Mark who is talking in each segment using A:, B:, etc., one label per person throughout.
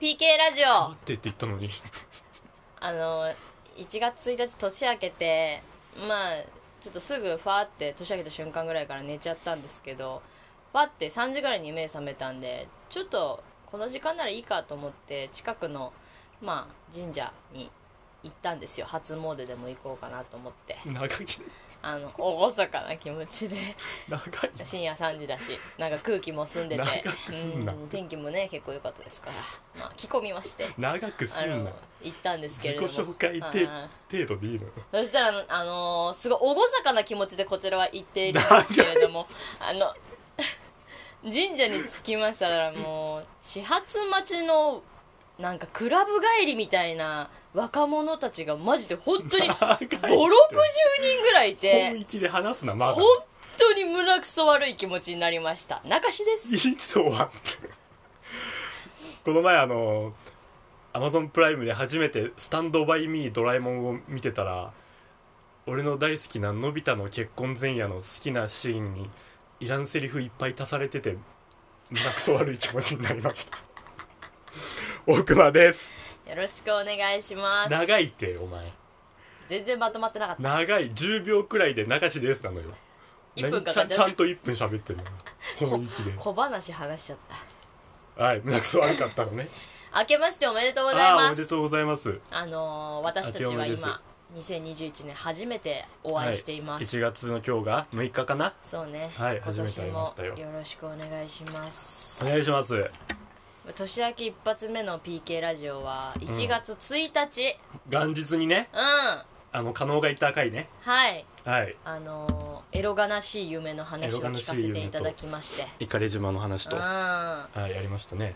A: PK ラジオ
B: 待ってって言ったのに
A: あの1月1日年明けてまあちょっとすぐファーって年明けた瞬間ぐらいから寝ちゃったんですけどファーって3時ぐらいに目覚めたんでちょっとこの時間ならいいかと思って近くのまあ神社に行ったんですよ初詣でも行こうかなと思って
B: 長い
A: あの厳かな気持ちで
B: 長い
A: 深夜3時だしなんか空気も澄んでて
B: 長くすんな
A: うん天気もね結構良かったですから、まあ、着込みまして
B: 長くす
A: あ
B: ん
A: の
B: な
A: 行ったんですけ
B: 自
A: れ
B: 己
A: ども
B: 紹介て
A: あ
B: 程度でいいのよ
A: ーそしたらあのーすごい厳かな気持ちでこちらは行っているんですけれどもあの神社に着きましたからもう始発待ちのなんかクラブ帰りみたいな若者たちがマジで本 当に560
B: 長いって
A: 人ぐらいい
B: 本
A: て
B: 域で話すなまだ
A: 本当に胸くそ悪い気持ちになりました中志です
B: いつ終わったこの前あのアマゾンプライムで初めて「スタンド・バイ・ミー・ドラえもん」を見てたら俺の大好きなのび太の結婚前夜の好きなシーンにいらんセリフいっぱい足されてて胸くそ悪い気持ちになりま した大熊です
A: よろしくお願いします
B: 長いってお前
A: 全然まとまってなかった
B: 長い10秒くらいで「流しです」なのよ
A: 1分か
B: ち
A: か
B: ゃ
A: っ
B: ん
A: ち
B: ち
A: ゃ
B: ゃ
A: っ
B: んと1分喋ってる の本気で
A: た小話話しちゃっ
B: はい胸くそ悪かったのね
A: た明けま しておめでとうござい
B: ああーお
A: ま
B: めですとうございます
A: あのー私たちは
B: 明けおめです
A: 今2021年初めてお会いしています、
B: 1月の今日が6日かな
A: そうね、
B: はい
A: 今
B: 初め
A: 年
B: て会いま
A: も
B: したよ
A: よろしくお願いします
B: お願いします
A: 年明け一発目の PK ラジオは1月1日
B: 元日にね
A: うん、
B: あの加納がいた回ね
A: はい
B: はい
A: あのーエロ悲しい夢の話を聞かせていただきまして
B: イカレ島の話
A: う
B: とは
A: ん
B: いやりましたね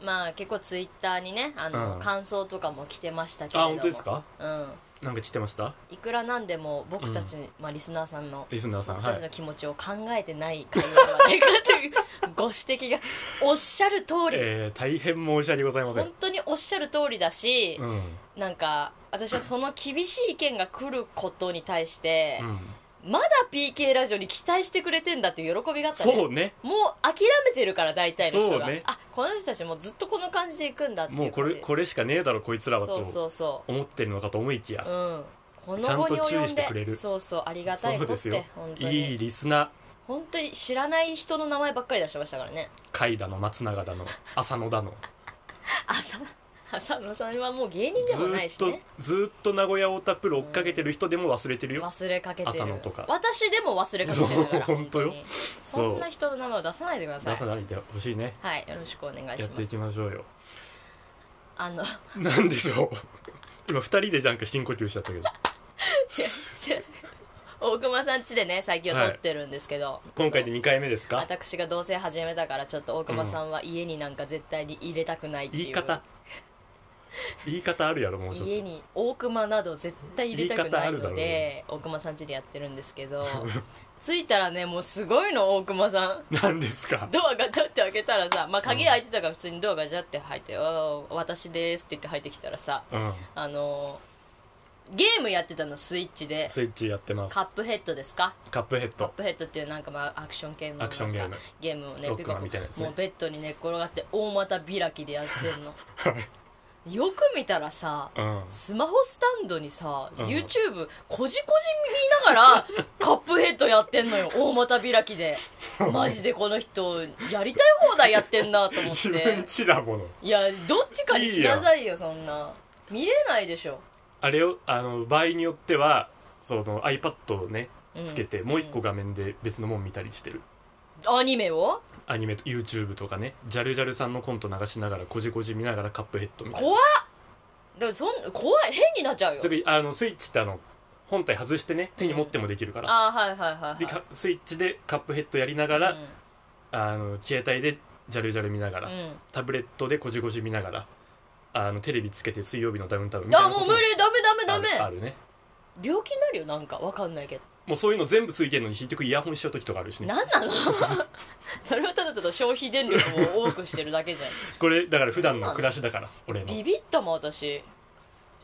A: まあ結構ツイッターにねあの、
B: うん
A: 感想とかも来てましたけれ
B: あ
A: ども
B: 本当ですか
A: うん
B: なんか来てました
A: いくらなんでも僕たち、まあ、リスナーさんの
B: リスナーさん
A: 僕
B: は
A: たちの
B: い
A: 気持ちを考えてない会話ではないかというご指摘がおっしゃる通り、
B: えー、大変申し訳ございません
A: 本当におっしゃる通りだし
B: う、ん
A: なんか私はその厳しい意見が来ることに対して、
B: うん
A: まだ PK ラジオに期待してくれてんだっていう喜びがあったね
B: そうね
A: もう諦めてるから大体の人
B: そ
A: が、
B: うね
A: あこの人たちもずっとこの感じでいくんだっていう
B: もうこれ
A: 感じ
B: これしかねえだろこいつらは
A: そう
B: と
A: そうそ
B: 思ってるのかと思いき
A: うう
B: や
A: んこの
B: ちゃん
A: 後
B: と
A: に
B: 注
A: 及
B: 意
A: ん
B: し
A: で
B: てくれる
A: そうそうありがたいこ
B: そう
A: っ
B: です
A: て
B: よ
A: 本当
B: いい
A: に
B: リスナー
A: 本当に知らない人の名前ばっかり出してましたからね
B: 海だの松 永だの浅野だの
A: 浅浅野さんはもう芸人で
B: ず
A: もないし
B: ーっと
A: ね
B: ずーっと名古屋オタプロ追っかけてる人でも忘れてるよ
A: 忘れかけてる
B: 浅野とか
A: 私でも忘れかけてるから
B: そう本当よ
A: に
B: そう
A: そんな人の名前を出さないでください
B: 出さないでほしいね
A: はいよろしくお願いし
B: やっ
A: ま
B: てい
A: す
B: きましょうよ
A: あの
B: なんでしょう今2人でなんか深呼吸しちゃったけど
A: 大熊さん家でね最近は撮ってるんですけど、
B: 今回で2回目ですか
A: 私が同棲始めたからちょっと大熊さんは家になんか絶対に入れたくないっていう
B: 言い方言い方あるやろもうちょっ
A: 家
B: と
A: に大熊など絶対入れたくない
B: 言い方あ
A: の
B: るだろう
A: で大熊さん家でやってるんですけ ど着いたらねもうすごいの大熊さん
B: 何ですか
A: ドアガチャって開けたらさ、まあ、鍵開いてたから普通にドアガチャって入って「おー私です」って言って入ってきたらさ
B: うん
A: あのーゲームやってたのスイッチで
B: スイッチやってます
A: カップヘッドですか
B: カップヘッ
A: カッ
B: ド
A: プヘッドっていうなんかまあアクション系のなんか
B: アクションゲーム
A: ゲームをね
B: ロ
A: ピ
B: ック
A: コ
B: マン
A: ピ
B: みたいなやつ
A: コ
B: ね
A: もうベッドに寝っ転がって大股開きでやって んのよく見たらさ
B: うん
A: スマホスタンドにさ、
B: うん
A: YouTube こじこじ見ながら カップヘッドやってんのよ大股開きでマジでこの人やりたい放題やってんなと思っ
B: 自分
A: て
B: ちだもの
A: いやどっちかにしなさいよそんな見れないでしょ
B: あれをあの場合によってはその iPad をね
A: うん
B: つけてもう1個画面で別のもん見たりしてる
A: アニメを
B: アニメと YouTube とかねジャルジャルさんのコント流しながらこじこじ見ながらカップヘッドみたいな
A: 怖っでもそん怖い変になっちゃうよ
B: それあのスイッチってあの本体外してね手に持ってもできるから、
A: ああはいはいはい
B: で
A: はい
B: かスイッチでカップヘッドやりながら、
A: うん
B: あの携帯でジャルジャル見ながら、
A: うん
B: タブレットでこじこじ見ながらあのテレビつけて水曜日のダウンタウンみたい
A: あ
B: なこ
A: もう
B: と
A: 無理ダメダメダメ
B: あるあるね
A: 病気になるよなんかわかんないけど
B: もうそういうの全部ついてるのに結局イヤホンしちゃう時とかあるしね
A: なんなの それはただただ消費電力を多くしてるだけじゃん
B: これだから普段の暮らしだから俺の
A: ビビったもん私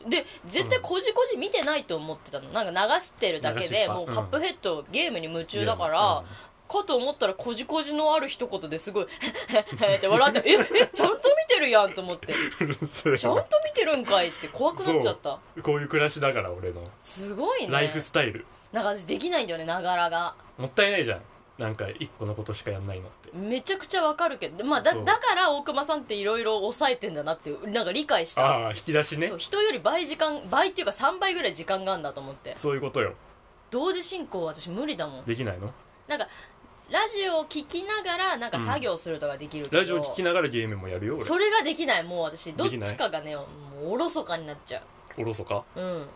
A: で絶対こじこじ見てないと思ってたのなんか流してるだけ
B: 流しっ
A: で
B: ぱ
A: もううんカップヘッド、ゲームに夢中だから、かと思ったらこじこじのある一言ですごい「へっへっへっ」って笑って「ええちゃんと見ててるやんと思って
B: うるせえ
A: ちゃんと見てるんかいって怖くなっちゃった
B: こういう暮らしだから俺の
A: すごいね
B: ライフスタイル、
A: なんか私できないんだよねながらが
B: もったいないじゃんなんか一個のことしかやんないのって
A: めちゃくちゃわかるけど、まあ、だ
B: そう
A: だから大熊さんっていろいろ抑えてんだなってなんか理解した、
B: ああ引き出しね
A: そ
B: そう
A: 人より倍時間倍っていうか3倍ぐらい時間があるんだと思って
B: ういうことよ
A: 同時進行は私無理だもん
B: できないの
A: なんかラジオを聞きながらなんか作業するとかできるけど、
B: ラジオ聞きながらゲームもやるよ俺
A: それができないもう私どっ
B: できない
A: ちかがねもうおろそかになっちゃ
B: おろそか
A: ううん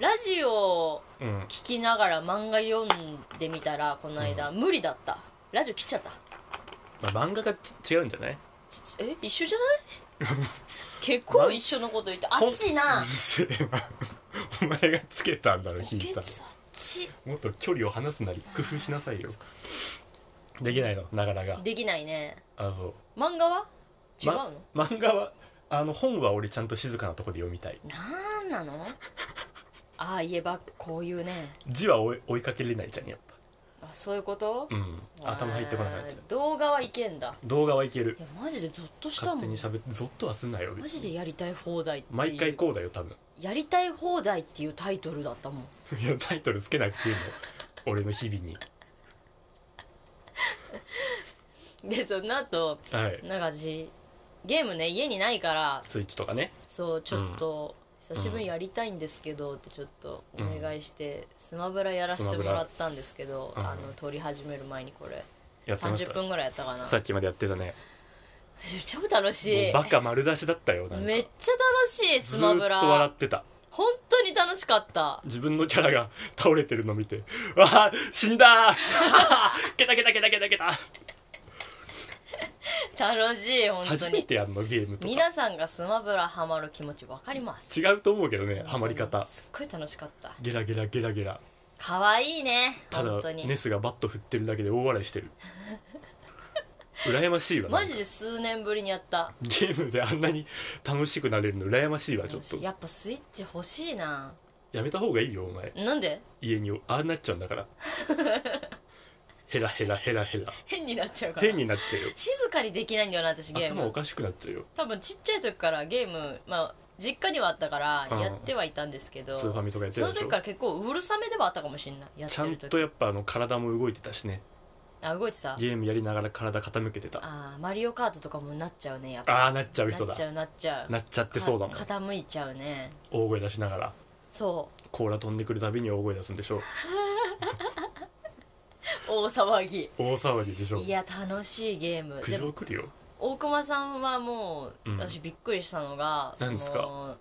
A: ラジオを
B: うん
A: 聞きながら漫画読んでみたらこの間、無理だったラジオ切っちゃった
B: まあ、漫画がち違うんじゃない
A: ちちえ一緒じゃない 結構一緒のこと言ってあっち
B: う
A: な
B: るせえなお前がつけたんだろ
A: お
B: 引
A: け
B: い
A: つあ
B: た
A: っち
B: もっと距離を離すなり工夫しなさいよできないのなかなか
A: できないね
B: あそう
A: 漫画は違うの、
B: ま漫画はあの本は俺ちゃんと静かなとこで読みたい
A: なんなのああ言えばこういうね
B: 字は追い追いかけれないじゃんやっ
A: あそういうこと
B: ぱうん頭入ってこなくなっち
A: あ
B: ゃ
A: ー動画はいけんだ
B: う動画はいける
A: いやマジでゾッとした
B: 勝
A: も
B: 手
A: ん
B: に喋ってゾッとはすんなよ
A: マ
B: 別
A: ジ
B: に
A: でやりたい放題っていう
B: 毎回こうだよ多分
A: やりたい放題っていうタイトルだったもん
B: いやタイトルつけなくていいの 俺の日々に
A: でその後
B: はい
A: なんか私ゲームね家にないから
B: スイッチとかね
A: そうちょっと、久しぶりにやりたいんですけどってちょっとお願いして、スマブラやらせてもらったんですけど、
B: スマ
A: あ
B: ブラうん
A: の撮り始める前にこれ
B: やってまし
A: 30
B: た
A: 分ぐらいやったかな
B: さっきまでやってたね
A: 超楽しい
B: もうバカ丸出しだったよなんか
A: めっちゃ楽しいス
B: ずー
A: マ
B: っ
A: ブ
B: と
A: ラ
B: 笑ってた
A: 本当に楽しかった
B: 自分のキャラが 倒れてるの見て「わあ死んだー ケタケタケタケタケタ
A: 楽しい本当
B: 初め
A: に
B: てやんのゲームとか
A: 皆さんがスマブラハマる気持ちわかります
B: 違うと思うけどねハマり方
A: すっごい楽しかった
B: ゲラゲラゲラゲラ
A: 可愛いね
B: た
A: 本
B: だ
A: 当に
B: ネスがバット振ってるだけで大笑いして る羨ましいわなん
A: マ
B: か
A: ジで数年ぶりにやった
B: ゲームであんなに楽しくなれるの羨ましいわちょっと
A: やっぱスイッチ欲しいな
B: やめた方がいいよお前
A: なんで
B: 家にああなっちゃうん だからヘラヘラヘラヘラ
A: 変になっちゃうから
B: 変になっちゃうよ
A: 静かにできないんだよな私ゲー
B: 頭お
A: ム
B: かしくなっちゃうよ
A: 多分ちっちゃい時からゲームまあ実家にはあったから
B: うん
A: やってはいたんですけど、
B: スーファミとかやって
A: そ
B: た
A: の
B: でし
A: 時
B: ょ
A: から結構うるさめではあったかもしれないやっ
B: ち
A: て
B: ゃ
A: る
B: ん
A: 時
B: とやっぱあの体も動いてたしね
A: あ動いてた
B: ゲームやりながら体傾けてたあ
A: あーマリオカートとかもなっちゃうねやっぱ
B: あーなっちゃう人
A: な
B: だ
A: っちゃうなっちゃう
B: なっちゃってそうだもん
A: か傾いちゃうね
B: 大声出しながら
A: そ
B: 甲羅飛んでくるたびに大声出すんでしょ
A: う大騒ぎ
B: 大騒ぎでしょ
A: いや楽しいゲーム
B: 苦
A: で
B: 情
A: も
B: 来るよ
A: 大熊さんはもう、
B: うん
A: 私びっくりしたのが
B: 何ですか
A: その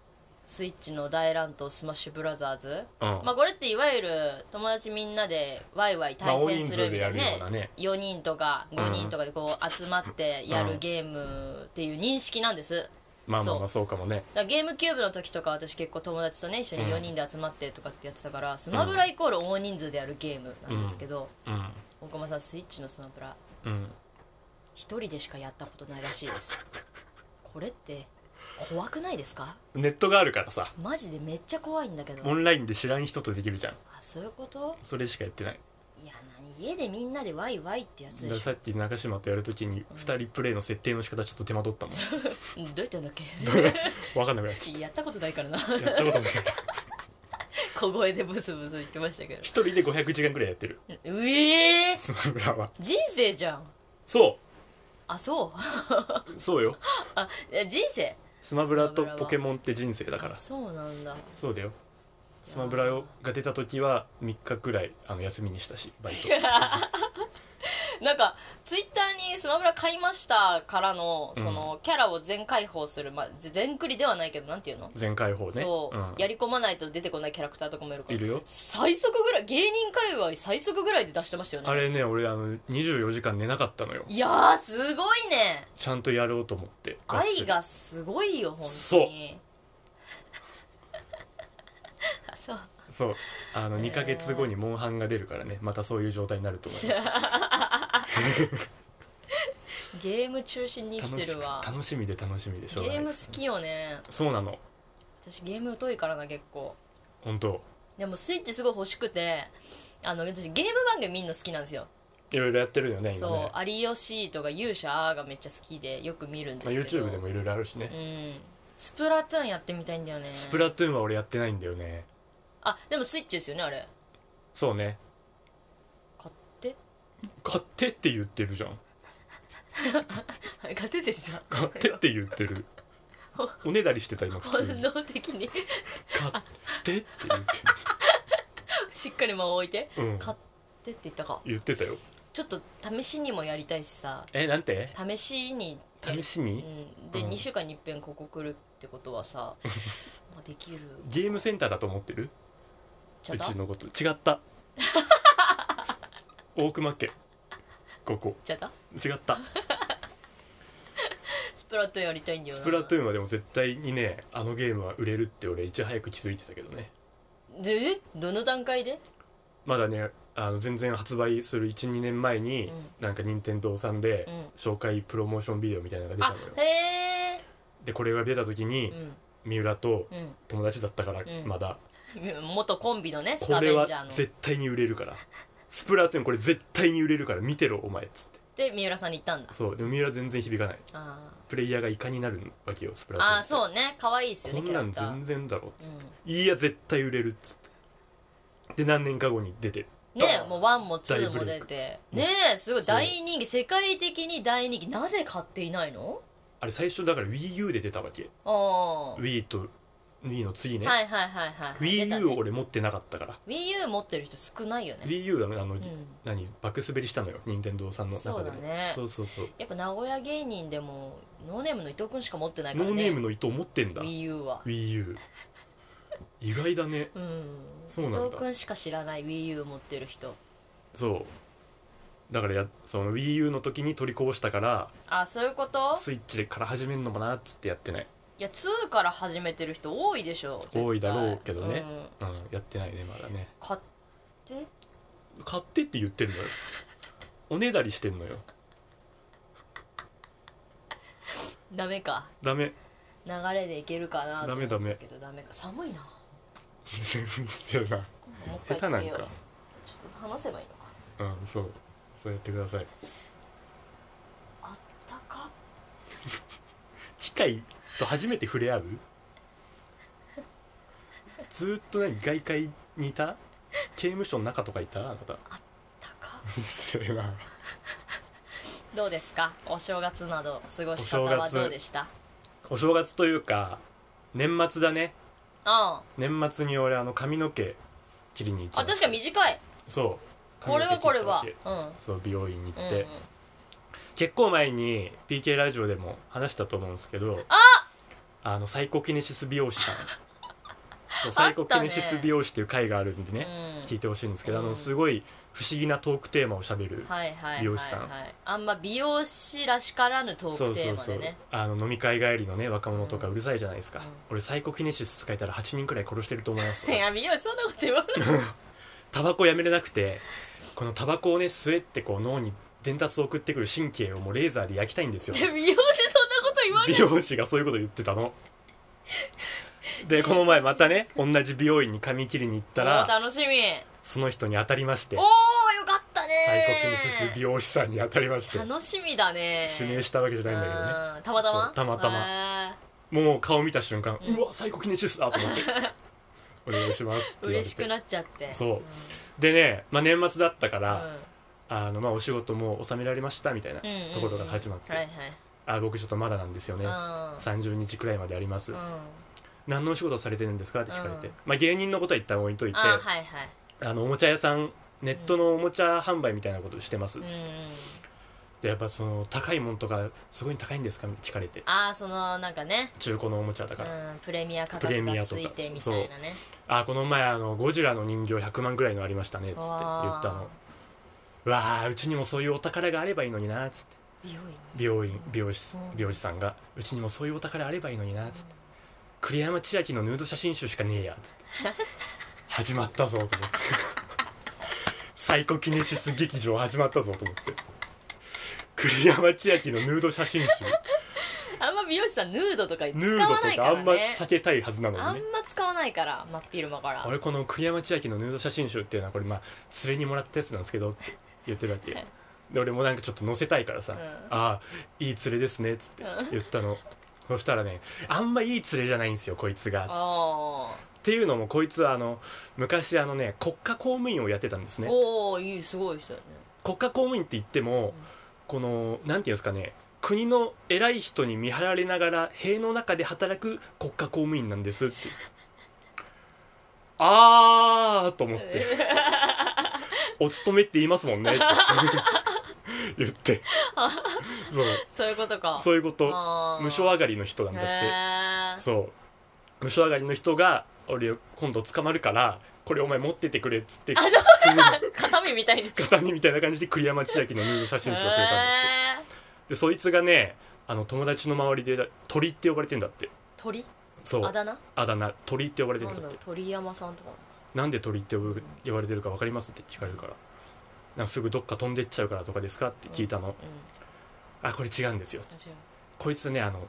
A: スイッチの大乱闘スマッシュブラザーズ
B: うん、
A: まあこれっていわゆる友達みんなでワイワイ対戦するみたいな
B: まあ大人数でやるような
A: ね
B: ね
A: 4人とか5人とかでこう集まってやるゲームっていう認識なんです
B: まあまあまあそうかもね
A: だからゲームキューブの時とか私結構友達とね一緒に4人で集まってとかってやってたからスマブライコール大人数でやるゲームなんですけど
B: うん
A: 大駒さんスイッチのスマブラ
B: うん
A: 一人でしかやったことないらしい ですこれって怖くないですか
B: ネットがあるからさ
A: マジでめっちゃ怖いんだけど
B: オンラインで知らん人とできるじゃん
A: あそういうこと
B: それしかやってない
A: いや何家でみんなでワイワイってやつ
B: だ
A: で
B: か
A: し
B: ら
A: ょ
B: さっき中島とやるときに2人プレイの設定の仕方ちょっと手間取ったも ん
A: うんどうやったんだっけ
B: 分かんなくなっち
A: やったこと ない からな
B: ゃったやったことない
A: 小声でブスブス言ってましたけど
B: 1人で500時間ぐらいやってる
A: うえー、
B: スマブラは
A: 人生じゃん
B: そ
A: あそう
B: うそうよ
A: あえ人生
B: スマブラとポケモンって人生だから
A: あそうなんだ
B: そうだよスマブラをが出た時は3日くらいあの休みにしたしバイ ト
A: なんかツイッターに「スマブラ買いました」からのその、キャラを全開放する、まあ、ぜ全クリではないけどなんていうの、
B: 全開放ね
A: そう、
B: ん
A: やり込まないと出てこないキャラクターとかもいるから
B: いるよ
A: 最速ぐらい芸人界隈最速ぐらいで出してましたよね
B: あれね俺あの24時間寝なかったのよ
A: いやーすごいね
B: ちゃんとやろうと思ってがっつり
A: 愛がすごいよ本当に
B: そう
A: あそう
B: そうあの2ヶ月後にモンハンが出るからねまたそういう状態になると思い ます
A: ゲーム中心に生
B: 楽
A: き
B: して
A: るわ
B: み楽しみで楽しみでし
A: ゲ
B: ょうがな
A: ーム
B: いで
A: 好
B: す
A: きよね
B: そうなの
A: 私ゲーム疎いからな結構
B: 本当
A: でもスイッチすごい欲しくてあの私ゲーム番組見るの好きなんですよ
B: いろいろやってるよね今
A: そ
B: ね、
A: う有吉とか勇者がめっちゃ好きでよく見るんで
B: まあ、
A: すけど、
B: YouTube でもいろいろあるしね、
A: うんスプラトゥーンやってみたいんだよね
B: スプラトゥーンは俺やってないんだよね
A: あでもスイッチですよねあれ
B: そうね
A: 買って
B: 買ってって言ってるじゃん
A: 買っててた
B: 買ってって言ってるおねだりしてた今普
A: 本
B: 通に
A: 能的に
B: 買ってって言って
A: しっかり間を置いて
B: る、うん、
A: 買ってって言ったか
B: 言ってたよ
A: ちょっと試しにもやりたいしさ
B: えなんて
A: 試しにやる
B: 試しに
A: うん、で、
B: うん
A: 2週間に一遍ここ来るってことは さまあできる
B: ゲームセンターだと思ってる
A: ちゃ
B: う
A: だ
B: ちのこと違った 大熊家ここ
A: ちゃだ
B: 違った
A: スプラトゥーンやりたいんだよな
B: スプラトゥーンはでも絶対にねあのゲームは売れるって俺いち早く気づいてたけどね
A: でえどの段階で
B: まだねあの全然発売する12年前に、
A: う
B: なんか任天堂さんで
A: うん
B: 紹介プロモーションビデオみたいなのが
A: あ
B: 出たのよ
A: へえ
B: でこれが出た時に
A: う
B: 三浦と
A: ん
B: 友達だったから
A: ん
B: まだ、
A: うん元コンビのねス
B: こ
A: タ
B: れ
A: ベン
B: は
A: ジャーの
B: 絶対に売れるからスプラトゥーンこれ絶対に売れるから見てろお前っつって
A: で三浦さんに行ったんだ
B: そうでも三浦全然響かない
A: あ
B: プレイヤーがイカになるわけよスプ
A: ー
B: ラトゥーン
A: あー
B: う
A: そうね可愛いですよ
B: こ
A: ねキ
B: ん
A: ャ
B: な
A: ラ
B: ん
A: クター
B: 全然だろっつっ
A: うん
B: て、いや絶対売れるっつってで何年か後に出て
A: ねもう1も
B: 大
A: 2
B: ブ
A: も
B: レ
A: 出
B: イク
A: て
B: うん
A: ねえすごい
B: そう
A: 大人気世界的に大人気なぜ買っていないの
B: あれ最初だから WiiU で出たわけ
A: ああ、
B: Wii と Wii の次ね、
A: はいはいはいはい
B: WiiU を
A: を
B: 俺持ってなかったから、
A: WiiU 持ってる人少ないよね
B: WiiU はあの、
A: ん
B: 何爆滑りしたのよ任天堂さんの中でも
A: そうだね
B: そうそうそう
A: やっぱ名古屋芸人でもノーネームの伊藤君しか持ってないから
B: ノ
A: ね
B: ーネームの糸持ってんだ
A: WiiU は
B: WiiU 意外だね
A: うん
B: そうなんだ
A: 伊藤君しか知らない WiiU 持ってる人
B: そうだからやその WiiU の時に取りこぼしたから
A: あそういうこと
B: スイッチでから始めるのもなっつってやってない、
A: いや2から始めてる人多いでしょ絶対
B: 多いだろうけどね
A: ん
B: うん、やってないねまだね
A: 買って
B: 買ってって言って んのよおねだりしてんのよ
A: ダメか
B: ダメ
A: 流れでいけるかなと思った
B: ダメダメ
A: けどダメか寒いな
B: そうだな
A: もう
B: 下
A: 一
B: 手
A: 回
B: な
A: つ
B: ん
A: けよう
B: か
A: ちょっと話せばいいのか
B: うんそうそうやってください
A: あったか
B: 機械と初めて触れ 合うずーっと何外界にいた刑務所の中とかいたあなた う
A: たか
B: っせえな
A: どうですかお正月など過ごし方
B: お正
A: は
B: 月
A: どうでした
B: お正月というか年末だね
A: あ
B: 年末に俺あの髪の毛切りに行き
A: ああ確かに短い
B: そう
A: これはこれは
B: 髪
A: う
B: の毛切っ
A: ん
B: たわけそう美容院に行っ
A: うんう
B: て、
A: ん
B: 結構前に PK ラジオでも話したと思うんですけどあのサイコキネシス美容師 さんそうサイコキネシス美容師っていう会があるんでね
A: うん
B: 聞いてほしいんですけど、あ
A: う
B: の
A: ん
B: すごい不思議なトークテーマをしゃべる、
A: はいはいはいはい
B: 美容師さん
A: あんま美容師らしからぬトー
B: そ
A: ク
B: うそ
A: テー
B: う
A: マ
B: そう
A: でね
B: あの飲み会帰りのね若者とかうるさいじゃないですか、
A: うん
B: 俺サイコキネシス使えたら8人くらい殺してると思います
A: い や美容師そんなこと言わない
B: タバコやめれなくてこのタバコをね吸えってこう脳に伝達を送ってくる神経をもうレーザーで焼きたい んですよ
A: 美容師そんなこと言わない
B: 美容師がそういうこと言って たのでこの前またね同じ美容院に髪切りに行った
A: おー
B: ら
A: 楽しみ
B: その人に当たりまして
A: おおよかったね
B: サイコキネシス美容師さんに当たりまして
A: 楽しみだね
B: 指名したわけじゃないんだけどね
A: うんたまた
B: そ
A: ま
B: うたまた
A: ま
B: もう顔見た瞬間、う
A: うん
B: わサイコキネシスだと思って お願いしますって言われ
A: 嬉しく
B: て
A: なっちゃって
B: そうんでね、まあ、年末だったか
A: う
B: ら、
A: ん
B: あのまあ、お仕事も収められましたみたいな
A: うんうんうん
B: ところから始まって「
A: はいはい
B: あ僕ちょっとまだなんですよね」
A: あー
B: 30日くらいまであります」
A: うん
B: 何のお仕事されてるんですか?」って聞かれて、
A: うん
B: まあ、芸人のことは一旦置いといて
A: あーはいはい
B: あのおもちゃ屋さんネットのおもちゃ販売みたいなことしてます、
A: うんうん
B: でやっぱその高いもんとかすごい高いんですかみたいな聞かれて
A: ああそのなんかね
B: 中古のおもちゃだ
A: う
B: から、
A: んプレミア価
B: プ
A: 格
B: レミ
A: が
B: ア
A: つ
B: とか
A: いてみたいなね
B: あこの前あのゴジラの人形100万くらいのありましたねっつって言ったのうわあうちにもそういうお宝があればいいのになっつって
A: 美容院に
B: 美容院美容師
A: うん
B: 美容師さんがうちにもそういうお宝あればいいのになっつって栗山千明のヌード写真集しかねえやっつって始まったぞと思って サイコキネシス劇場始まったぞと思って栗山千明のヌード写真集
A: あんま美容師さんヌードとか
B: ヌ
A: 使
B: ード
A: わな
B: と
A: い
B: か
A: か
B: あ
A: ら
B: んま
A: ね
B: 避けたいはずなの
A: あん
B: にね
A: ま使わないから真っ昼間から
B: 俺この栗山千明のヌード写真集っていうのはこれまあ連れにもらったやつなんですけどって言ってるわけで俺もなんかちょっと乗せたいからさ
A: ん
B: 「ああいい連れですね」っつって言ったの、そしたらねあんまいい連れじゃないんですよこいつが
A: あ
B: っていうのもこいつはあの昔あのね国家公務員をやってたんです
A: ー
B: ね
A: おおいいすごい人やね
B: 国家公務員って言っても、このなんていうんですかね国の偉い人に見張られながら塀の中で働く国家公務員なんですってあーと思って「お勤めって言いますもんね」って言ってそう
A: そういうことか
B: そういうこと
A: あー
B: 無所上がりの人なんだって
A: へー
B: そう無所上がりの人が俺今度捕まるからこれお前持っててくれっつって
A: 片身みたいに
B: 片身みたいな感じで栗山千明のヌード写真集をくれたんだって
A: へー
B: でそいつがねあの友達の周りで鳥って呼ばれてんだって
A: 鳥
B: そう
A: あだ名
B: あだ名鳥って呼ばれてん
A: な
B: だ
A: んだ
B: っ
A: ろう
B: て
A: 鳥山さんとか
B: なんで鳥って呼ぶ呼ばれてるか分かりますって聞かれるからなんかすぐどっか飛んでっちゃうからとかですかって聞いたの、
A: うん
B: あこれ違うんですよ
A: あ違 う
B: こいつねあの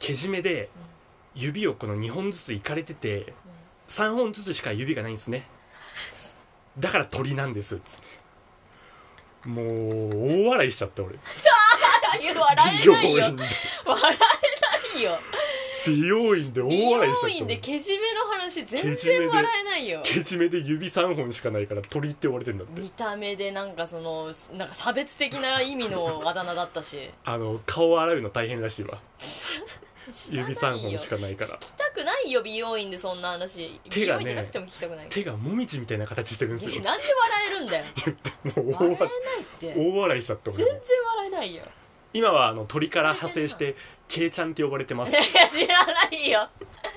B: けじめで指をこの2本ずついかれてて
A: うんうん
B: 3本ずつしか指がないんです ねだから鳥なんですっつってもう大笑いしちゃって俺
A: いや笑えないよ
B: 美容院で
A: 笑えないよ
B: 美容院で大
A: 美
B: 笑いしちゃ
A: 容
B: って
A: 院で
B: 俺
A: けじめの話全
B: けじめで
A: 然笑えないよ
B: けじめで指3本しかないから鳥って呼ばれてんだって
A: 見た目でなんかそのなんか差別的な意味のあだ名だったし
B: あの顔を洗うの大変らしいわ
A: 知らない
B: 指
A: よ
B: 3本しかないから
A: 聞きたくないよ美容院でそんな話、
B: 手
A: 美
B: が
A: 容
B: ね
A: 院じゃなくても聞きたくない
B: 手がもみじみたいな形してるん
A: い
B: です
A: や
B: よ
A: なんで笑えるんだ よ
B: もう
A: 笑
B: 大
A: えない
B: 笑
A: って
B: い大笑いしちゃって
A: 全
B: 俺
A: 然
B: も
A: 笑えないよ
B: 今はあの鳥から派生してけいちゃんって呼ばれて ま
A: い
B: す
A: や知らないよ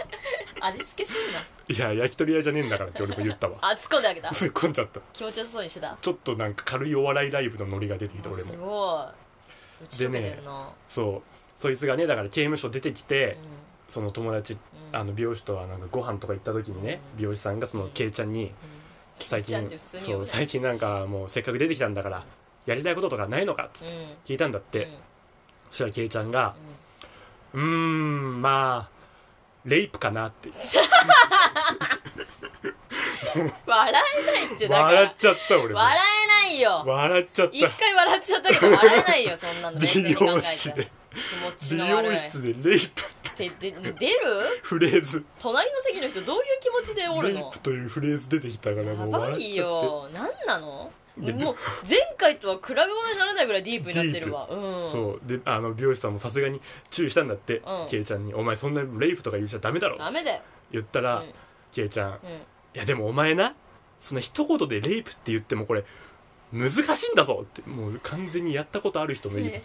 A: 味付けすんない
B: や焼き鳥屋じゃねえんだからって俺も言ったわ
A: あ突っ込んであ げた
B: 突っ込んじゃった
A: 気持ちよさそうにしてた
B: ちょっとなんか軽いお笑いライブのノリが出てき
A: あ
B: た俺
A: す
B: も
A: ごい打ち解けてるな、
B: そうそいつがねだから刑務所出てきて、
A: うん
B: その友達
A: うん
B: あの美容師とはなんかご飯とか行った時にね、
A: うん
B: 美容師さんがそのけいちゃんに最
A: けいちゃんっ
B: 近
A: て普通に呼ぶ
B: そう最近なんかもうせっかく出てきたんだからやりたいこととかないのかっつ
A: うん
B: って
A: うん
B: 聞いたんだって、
A: うん
B: そしたらけいちゃんが
A: うん
B: 「うーんまあレイプかな」って
A: 笑えないってだから
B: 笑っちゃった俺も
A: 笑えないよ
B: 笑っちゃっ
A: 一回笑っちゃったけど笑えないよそんなの
B: た
A: 冷静
B: 美
A: に考
B: 容
A: えち
B: 師
A: ゃう
B: で
A: 気持ち
B: 美
A: の悪
B: 容
A: い
B: 室でレイプって
A: でで出る
B: フレーズ
A: 隣の席の人どういう気持ちでおる
B: レイ
A: の
B: プというフレーズ出てきたから
A: や
B: もう
A: ば
B: 笑っ
A: い
B: ちゃって
A: よ何なの
B: で
A: もう前回とは比べ物にならないぐらいディープになってるわうん
B: そうであの美容師さんもさすがに注意したんだって
A: うん
B: けい、ちゃんに「お前そんなレイプとか言うちゃダメだろ」
A: ダメだよ
B: 言ったら
A: うん
B: けい、ちゃん「い
A: うん
B: やでもお前なその一言でレイプって言ってもこれ難しいんだぞ」ってもう完全にやったことある人の言い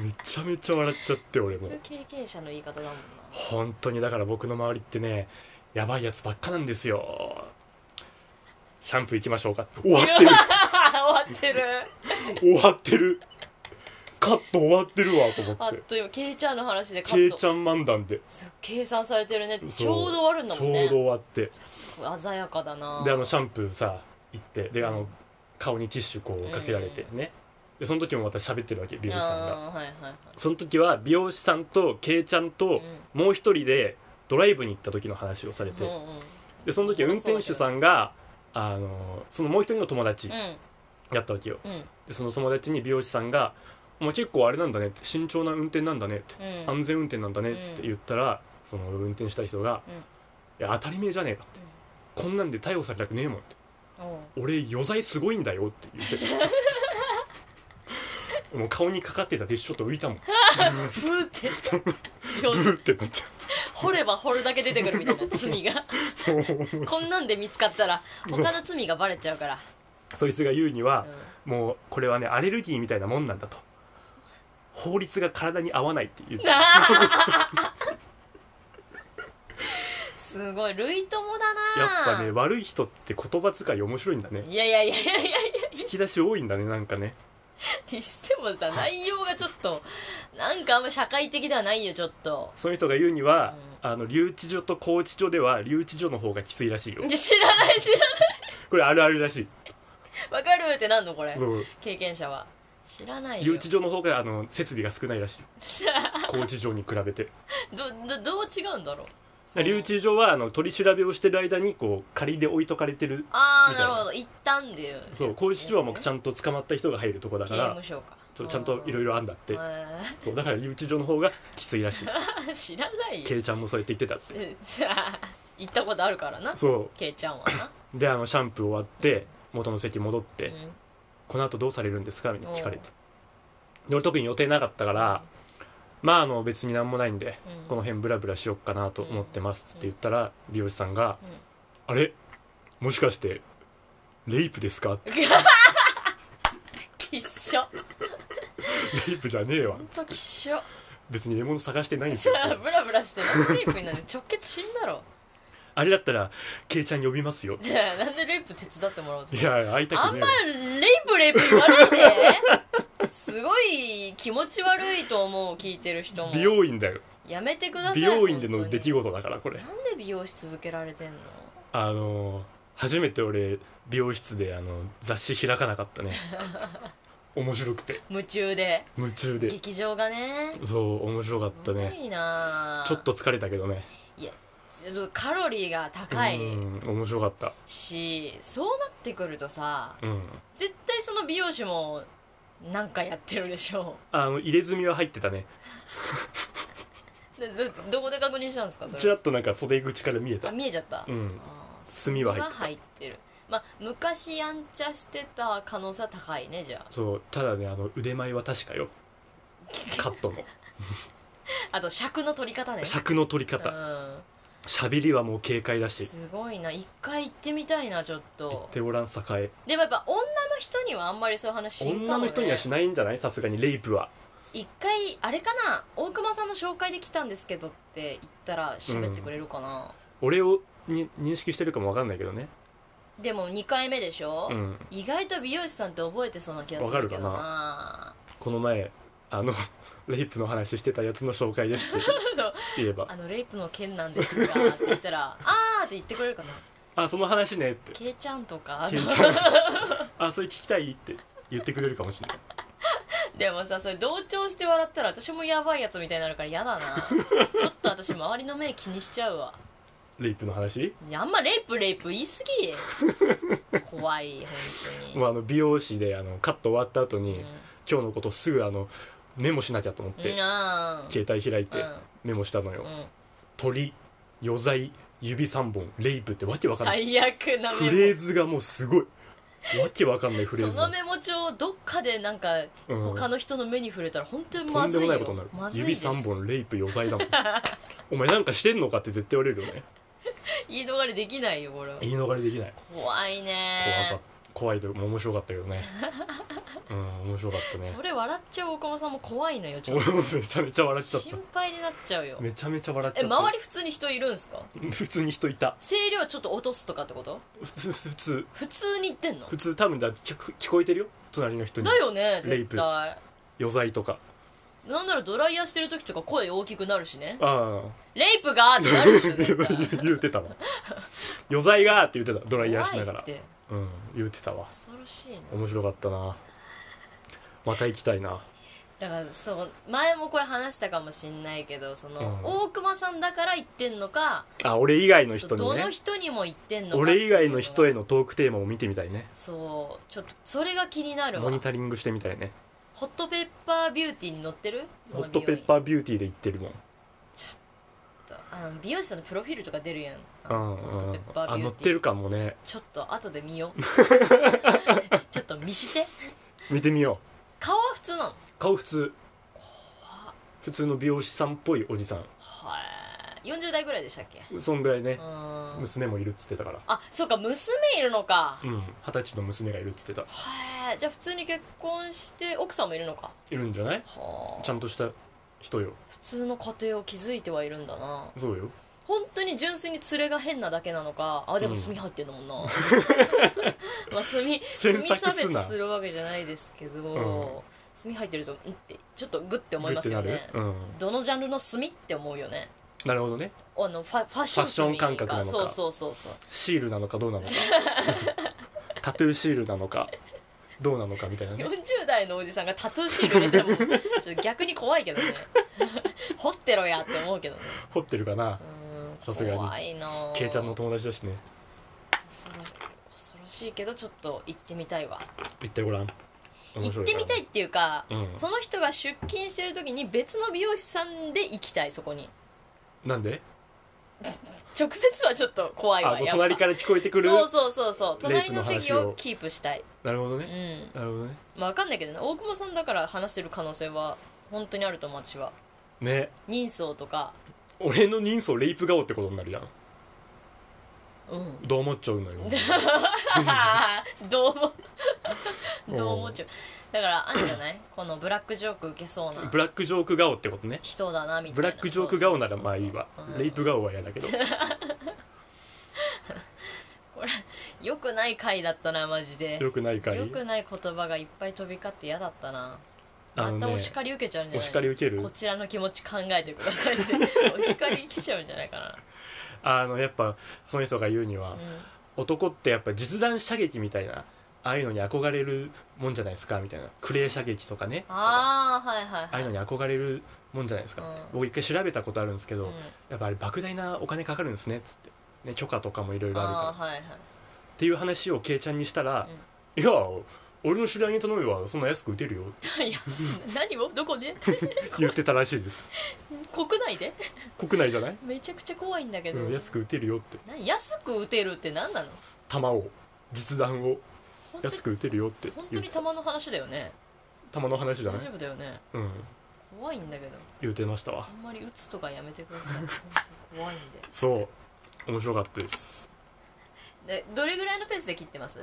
B: めちゃめちゃ笑っちゃって俺も
A: 経験者の言い方だもんな
B: 本当にだから僕の周りってねやばいやつばっかなんですよシャンプー行きましょうか終 わってる
A: 終わってる
B: 終わってるカット終わってるわと思
A: あ
B: っ
A: ってという間ケイちゃんの話でカ
B: け
A: ッ
B: い
A: ト
B: ちゃん漫談です
A: ごい計算されてるね
B: そう
A: ちょうど終わるんだもんね
B: ちょうど終わって
A: すごい鮮やかだな
B: であのシャンプーさ行ってであの顔にティッシュこ
A: うん
B: うかけられてねでその時もまた喋ってるわけ美容師さんが
A: あーはいはいはい
B: その時は美容師さんとけいちゃんともう一人でドライブに行った時の話をされて
A: うんうん
B: でその時運転手さんがあのそのもう一人の友達
A: う
B: やったわけよ
A: んうん
B: でその友達に美容師さんが「お前結構あれなんだね」って「慎重な運転なんだね」って
A: うん
B: 「安全運転なんだね」っつって言ったらその運転した人が
A: うん
B: 「いや当たり前じゃねえか」って「こんなんで逮捕されたくねえもん」って
A: うん
B: 俺余罪すごいんだよって言ってもう顔にかかってたティッシュちょっと浮いたもん
A: ブーって
B: ブーってなっ
A: 掘れば掘るだけ出てくるみたいな罪が
B: ても
A: こんなんで見つかったら他の罪がバレちゃうから
B: うそいつが言うに
A: う
B: は
A: ん、
B: もうこれはねアレルギーみたいなもんなんだと法律が体に合わないって言って
A: すごい類友だ
B: やっ
A: な
B: ぱね悪い人って言葉遣い面白いんだね
A: いやいやいやいやいや
B: 引き出し多いんだねなんかね
A: にしてもさ内容がちょっとなんかあんま社会的ではないよちょっと
B: その人が言うには、あの留置所と拘置所では留置所の方がきついらしいよ
A: いや知らない知ら
B: これあるあるらし
A: ないわかるってなんのこれ
B: いそう
A: 経験者は知らない
B: 留
A: よ
B: 置所の方があ の設備が少ないらしい拘置所に比べて
A: どどどう違うんだろうそう
B: 留置場はあの取り調べをしてる間にこう仮で置いとかれてる
A: ああ
B: みた
A: ないる
B: な
A: ほど一旦でいう
B: そう拘置所はもうち
A: ゃん
B: ゃんと捕まった人が入るとこだ
A: 刑
B: から
A: 務所か
B: そうちゃんといろい
A: ろ
B: ろあんだってそうだから留置場の方がきつ いらしい
A: 知らないよ
B: ケイちゃんもそうやって言って たって
A: 行ったことあるからな
B: そ
A: ケイちゃんはな
B: うであのシャンプー終わって元の席戻って、
A: うん
B: この後どうされるんですかみたいな聞かれてで俺特に予定なかったから、まああの別になんもないんで、
A: うん
B: この辺ブラブラしよっかなと思ってますって言ったら、美容師さんが
A: うん
B: 「あれもしかしてレイプですか?」って
A: きっしょ
B: 「レイプじゃねえわ
A: ほんときっしょ
B: 別に獲物探してないんで す
A: ブ
B: よ」
A: ラブラしてなんでレイプになんで直結死んだろ
B: あれだったらケイちゃん呼びますよ」
A: なんでレイプ手伝ってもらおうと
B: いや会いた
A: あ
B: く
A: んま
B: ね
A: レイプレイプ言わないですごい気持ち悪いと思う聞いてる人
B: え
A: も
B: 美容院だよ
A: やめてください
B: 美容院での
A: 本当
B: 出
A: に
B: 来事だからこれ
A: なんで美容師続けられてんの
B: あのー初めて俺美容室であの雑誌開かなかっ たね面白くて
A: 夢中で
B: 夢中で
A: 劇場がね
B: そう面白かった
A: す
B: ね
A: ごいなあ
B: ちょっと疲れたけどね
A: ちょっとカロリーが高い
B: うん面白かった
A: しそうなってくるとさ
B: うん
A: 絶対その美容師もなんかやってるでしょ
B: あの入れ墨は入ってたね
A: でどどこで確認したんですかそ
B: ち
A: れ
B: らっとなんか袖口から見え
A: あ
B: た
A: 見えちゃった、
B: うん
A: あー
B: 墨は入っ
A: が入ってるまあ昔やんちゃしてた可能性は高いねじゃ
B: そうただねあの腕前は 確かよカットの
A: ああと尺の取り方ね
B: 尺の取り
A: う
B: 方
A: ん
B: 喋りはもう軽快だし
A: すごいな一回行ってみたいなちょっ
B: 言っ
A: と
B: ておらん栄
A: でもやっぱ女の人にはあんまりそういう話しんかも、
B: 女の
A: ね、
B: 人にはしないんじゃないさすがにレイプは
A: 一回あれかな大熊さんの紹介で来たんですけどって言ったら喋ってくれるかな、
B: 俺をに認識してるかもわかんないけどね
A: でも2回目でしょ、
B: うん
A: 意外と美容師さんって覚えてそうな気がするけど
B: わ
A: な
B: この前あの レイプの話してたやつの紹介ですって
A: そう
B: 言えば
A: あのレイプの件なんですがって言ったら「 あー」って言ってくれるかな
B: あその話ねっ
A: 「
B: て
A: ケイちゃん」とか
B: ケンちゃんあそれ聞きたいって言ってくれるかもしれない
A: でもさそれ同調して笑ったら私もヤバいやつみたいになるから嫌だ なちょっと私周りの目気にしちゃうわ
B: レイプの話、
A: いやあんまレイプレイプ言い過ぎ怖い本当に
B: まあ、あの美容師であのカット終わった後に、
A: うん
B: 今日のことすぐあのメモしなきゃと思って、
A: なあ
B: 携帯開いて
A: うん
B: メモしたのよ、
A: うん
B: 鳥余罪指3本レイプってわけわかんない
A: 最悪な
B: フレ
A: メ
B: ーズがもうすごいわけわかんないフレー
A: モ
B: ズ
A: そのメモ帳どっかでなんか
B: うん
A: 他の人の目に触れたら本当に
B: と
A: ま
B: ん
A: ず
B: で
A: い
B: もない
A: よ
B: ことになる、
A: まずい
B: 指
A: です
B: 3本レイプ余罪だもん お前なんかしてんのかって絶対言われるよね
A: 言い逃れできないよこれは
B: 言い逃れできない
A: 怖い
B: 怖か
A: ね
B: った怖いというか面白かったけどね うん面白かったね
A: それ笑っちゃう大久保さんも怖いのよちょっ
B: 俺
A: と
B: もめちゃめちゃ笑っちゃっ
A: 心配になっちゃうよ
B: ためちゃめちゃ笑っ
A: え
B: ちゃっ
A: 周り普通に人いるんですか
B: た普通に人いた
A: 声量ちょっと落とすとかってこと
B: 普通普通
A: 普通に言ってんの
B: 普通多分だって聞こ聞こえてるよ隣の人に
A: だよね
B: レイ
A: 絶
B: プ
A: 対
B: 余罪とか
A: なんならドライヤーしてる時とか声大きくなるしね
B: ああ
A: レイプがーってなるでしょ絶 対
B: 言うてたわ余罪がーって言うてたドライヤーしなが
A: 怖い
B: ら
A: って
B: うん言うてたわ
A: 恐ろしいな
B: 面白かったなまた行きたいな
A: だからそう前もこれ話したかもしんないけどその、
B: うん
A: 大熊さんだから言ってんのか
B: あ俺以外の人に
A: そうど
B: ね
A: の人にも言ってんのか
B: 俺以外の人へ
A: の
B: のトークテーマを見てみたいね
A: そうちょっとそれが気になる
B: モ
A: わ
B: ニタリングしてみたいね
A: ホットペッパービューティーに載ってるそ
B: ホ
A: の
B: ット
A: 美
B: ペ
A: 容院
B: ッパービューティーで行ってるもん
A: あの美容師さんのプロフィールとか出るやん
B: う
A: ホ
B: ん
A: ット
B: う
A: ペ
B: ん
A: ッパー
B: あ
A: ビュ
B: 乗
A: ー
B: っ
A: テ
B: て
A: ィー
B: るかもね
A: ちょっと後で見よ うちょっと見して
B: 見てみよ
A: 顔は普通なの
B: う顔普通普通の美容師さんっぽいおじさん
A: はい40代ぐらいでしたっけ
B: そんぐらいね
A: うーん
B: 娘もいるっつってたから
A: あそうか娘いるのか
B: うん二十歳の娘がいるっつってた
A: はいじゃあ普通に結婚して奥さんもいるのか
B: いるんじゃない
A: は
B: ちゃんとした人よ
A: 普通の家庭を築いてはいるんだな
B: そうよ
A: 本当に純粋に連れが変なだけなのかあでも
B: うん
A: 炭入ってんだもん な、まあ炭炭
B: 詮索すな
A: 差別するわけじゃないですけど、炭入ってるとうんってちょっとグッて思いますよ
B: グッ
A: ね
B: てなるうん
A: どのジャンルの炭って思うよね
B: なるほどね
A: あのファファッション炭
B: ファッション感覚なのか
A: そうそうそうそう
B: シールなのかどうなのか タトゥーシールなのかどうなのかみたいなね
A: 40代のおじさんがタトゥーシール入れても ちょっと逆に怖いけどね掘ってろやって思うけどね
B: 彫ってるか
A: う
B: な
A: ーん
B: さすがに
A: 怖いなぁ
B: ケイちゃんの友達だしね
A: 恐ろし恐ろしいけどちょっと行ってみたいわ
B: 行ってごらん面
A: 行
B: 白
A: っ
B: い
A: て
B: から
A: みたいっていうか、
B: うん
A: その人が出勤してる時に別の美容師さんで行きたいそこに
B: なんで
A: 直接はちょっと怖い
B: あ
A: わ
B: もう隣から聞こえてくる
A: そうそうそうそう
B: レイ
A: 隣
B: プの
A: の
B: 話を
A: 席をキープしたい
B: なるほど
A: う
B: ね、
A: ん
B: なるほどね
A: まあ分かんないけどね大久保さんだから話してる可能性は本当にあると思う私は
B: ね
A: 人相とか
B: 俺の人相レイプ顔ってことになるやん
A: うん
B: どう思っちゃうのよ
A: どうもどう思っちゃうだからあんじゃないこのブラックジョーク受けそうな
B: ブラックジョーク顔ってことね
A: 人だなみたいな
B: ブラックジョーク顔ならまあいいわ
A: そうそうそう
B: レイプ顔は嫌だけど
A: よくない回だったなマジで
B: よくな いかい
A: よくない言葉がいっぱい飛び交って嫌だったな
B: あ
A: ま
B: の
A: た
B: ね
A: お叱り受けちゃうんじゃない
B: お叱り受ける
A: こちらの気持ち考えてくださいって お叱り来ちゃうんじゃないかな
B: あのやっぱその人が言うには、
A: う
B: 男ってやっぱ実弾射撃みたいなああいうのに憧れるもんじゃないですかみたいなクレー射撃とかね
A: ん、ああはいはいはい
B: ああいうのに憧れるもんじゃないですか、
A: うん
B: 僕一回調べたことあるんですけど、
A: うん
B: やっぱあれ莫大なお金かかるんですねっつって、ね、許可とかもいろいろあるから
A: あーはいはい
B: っていう話をケイちゃんにしたら「いや俺の知り合いに頼めばそんな安く打てるよ」って
A: いや 何をどこで
B: 言ってたらしいです
A: 国内で
B: 国内じゃない、
A: めちゃくちゃ怖いんだけ
B: う
A: ど、
B: ん、安く打てるよって
A: 何安く打てるって何なの
B: 弾を実弾を
A: 本当に
B: 安く打てるよって
A: 本当
B: 言う
A: に弾の話だよね
B: 弾の話じゃ
A: 大
B: ない
A: 丈、夫だよね
B: うん、
A: 怖いんだけど
B: 言うてましたわ
A: あんまり打つとかやめてく ださい本当怖いんで
B: そう面白かったです
A: でどれぐらいのペースで切ってます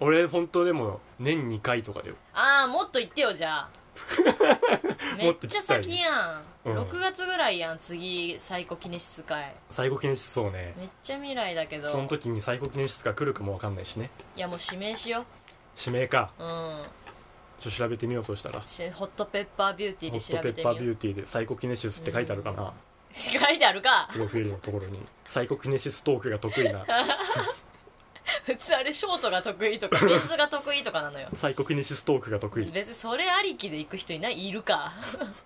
B: 俺本当でも年2回とかだよ
A: ああもっと言ってよじ ゃあめっちゃ先やん、
B: うん
A: 6月ぐらいやん次最高記念室会
B: 最後記念室そうね
A: めっちゃ未来だけど
B: その時に最後記念室が来るかもわかんないしね
A: いやもう指名しよ
B: 指名か
A: ううん
B: ちょっと調べてみようそしたら
A: しホットペッパービューティー
B: ホ
A: で
B: ッ
A: 調
B: トペ
A: べて
B: ッ
A: みよ
B: パービューティーでサイコキネシスって書いてあるかな、
A: う書いてあるか
B: プロフィールのところにサイコキネシストークが得意な
A: 普通あれショートが得意とかメンズが得意とかなのよ
B: サイコキネシストークが得意
A: 別にそれありきで行く人いないいるか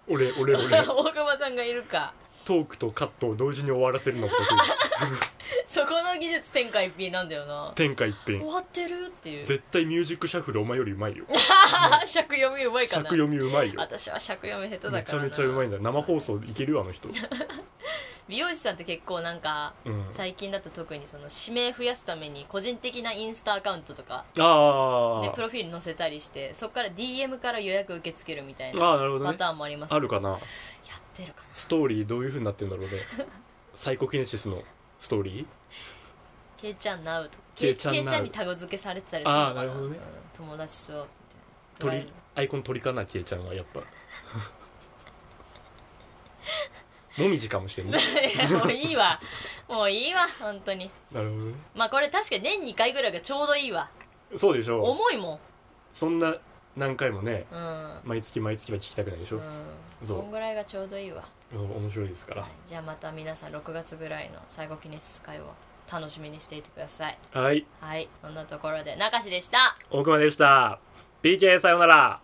B: 俺俺俺
A: 大熊さんがいるか
B: トークとカットを同時に終わらせるのが得意
A: そこの技術天下一品なんだよな
B: 天下一
A: 終
B: 品
A: わってるっていう
B: 絶対ミュージックシャッフルお前よりうまいよ
A: あー 尺読みうまいか
B: 尺
A: な
B: 読みうまいよ
A: 私は尺読み下手だからな
B: めちゃめちゃうまいんだ生放送いけるよあ の人、
A: 美容師さんって結構なんか
B: うん、
A: 最近だと特にその指名増やすために個人的なインスタアカウントとかで
B: あ
A: プロフィール載せたりしてそこから DM から予約受け付けるみたい
B: あ
A: な
B: ああなるほど
A: パ
B: ね
A: ターンもあります
B: あるかな
A: やってるかな
B: ストーリーどういうふうになってんだろうね サイコキネシスのストーリー
A: ケイちゃんナウとか
B: ケ
A: ケ
B: イ
A: イ
B: ちゃん
A: ケ
B: Now
A: イちゃんにタグ付けされてたりするのかな
B: あーなるほどね
A: うん友達とみた いな
B: 鳥アイコン鳥かなケイちゃんはやっぱ もみじかもし れない
A: いやもういいわもういいわ本当に
B: なるほどね
A: まあこれ確かに年2回ぐらいがちょうどいいわ
B: そうでしょ
A: 重いもん
B: そんな何回もね
A: うん
B: 毎月毎月は聞きたくないでしょ、
A: うん
B: そう
A: こんぐらいがちょうどいいわ
B: そう面白いですから
A: じゃあまた皆さん6月ぐらいの最後記念室会を楽しみにしていてください
B: はい
A: はいそんなところで中志でした
B: 大熊でした PK さようなら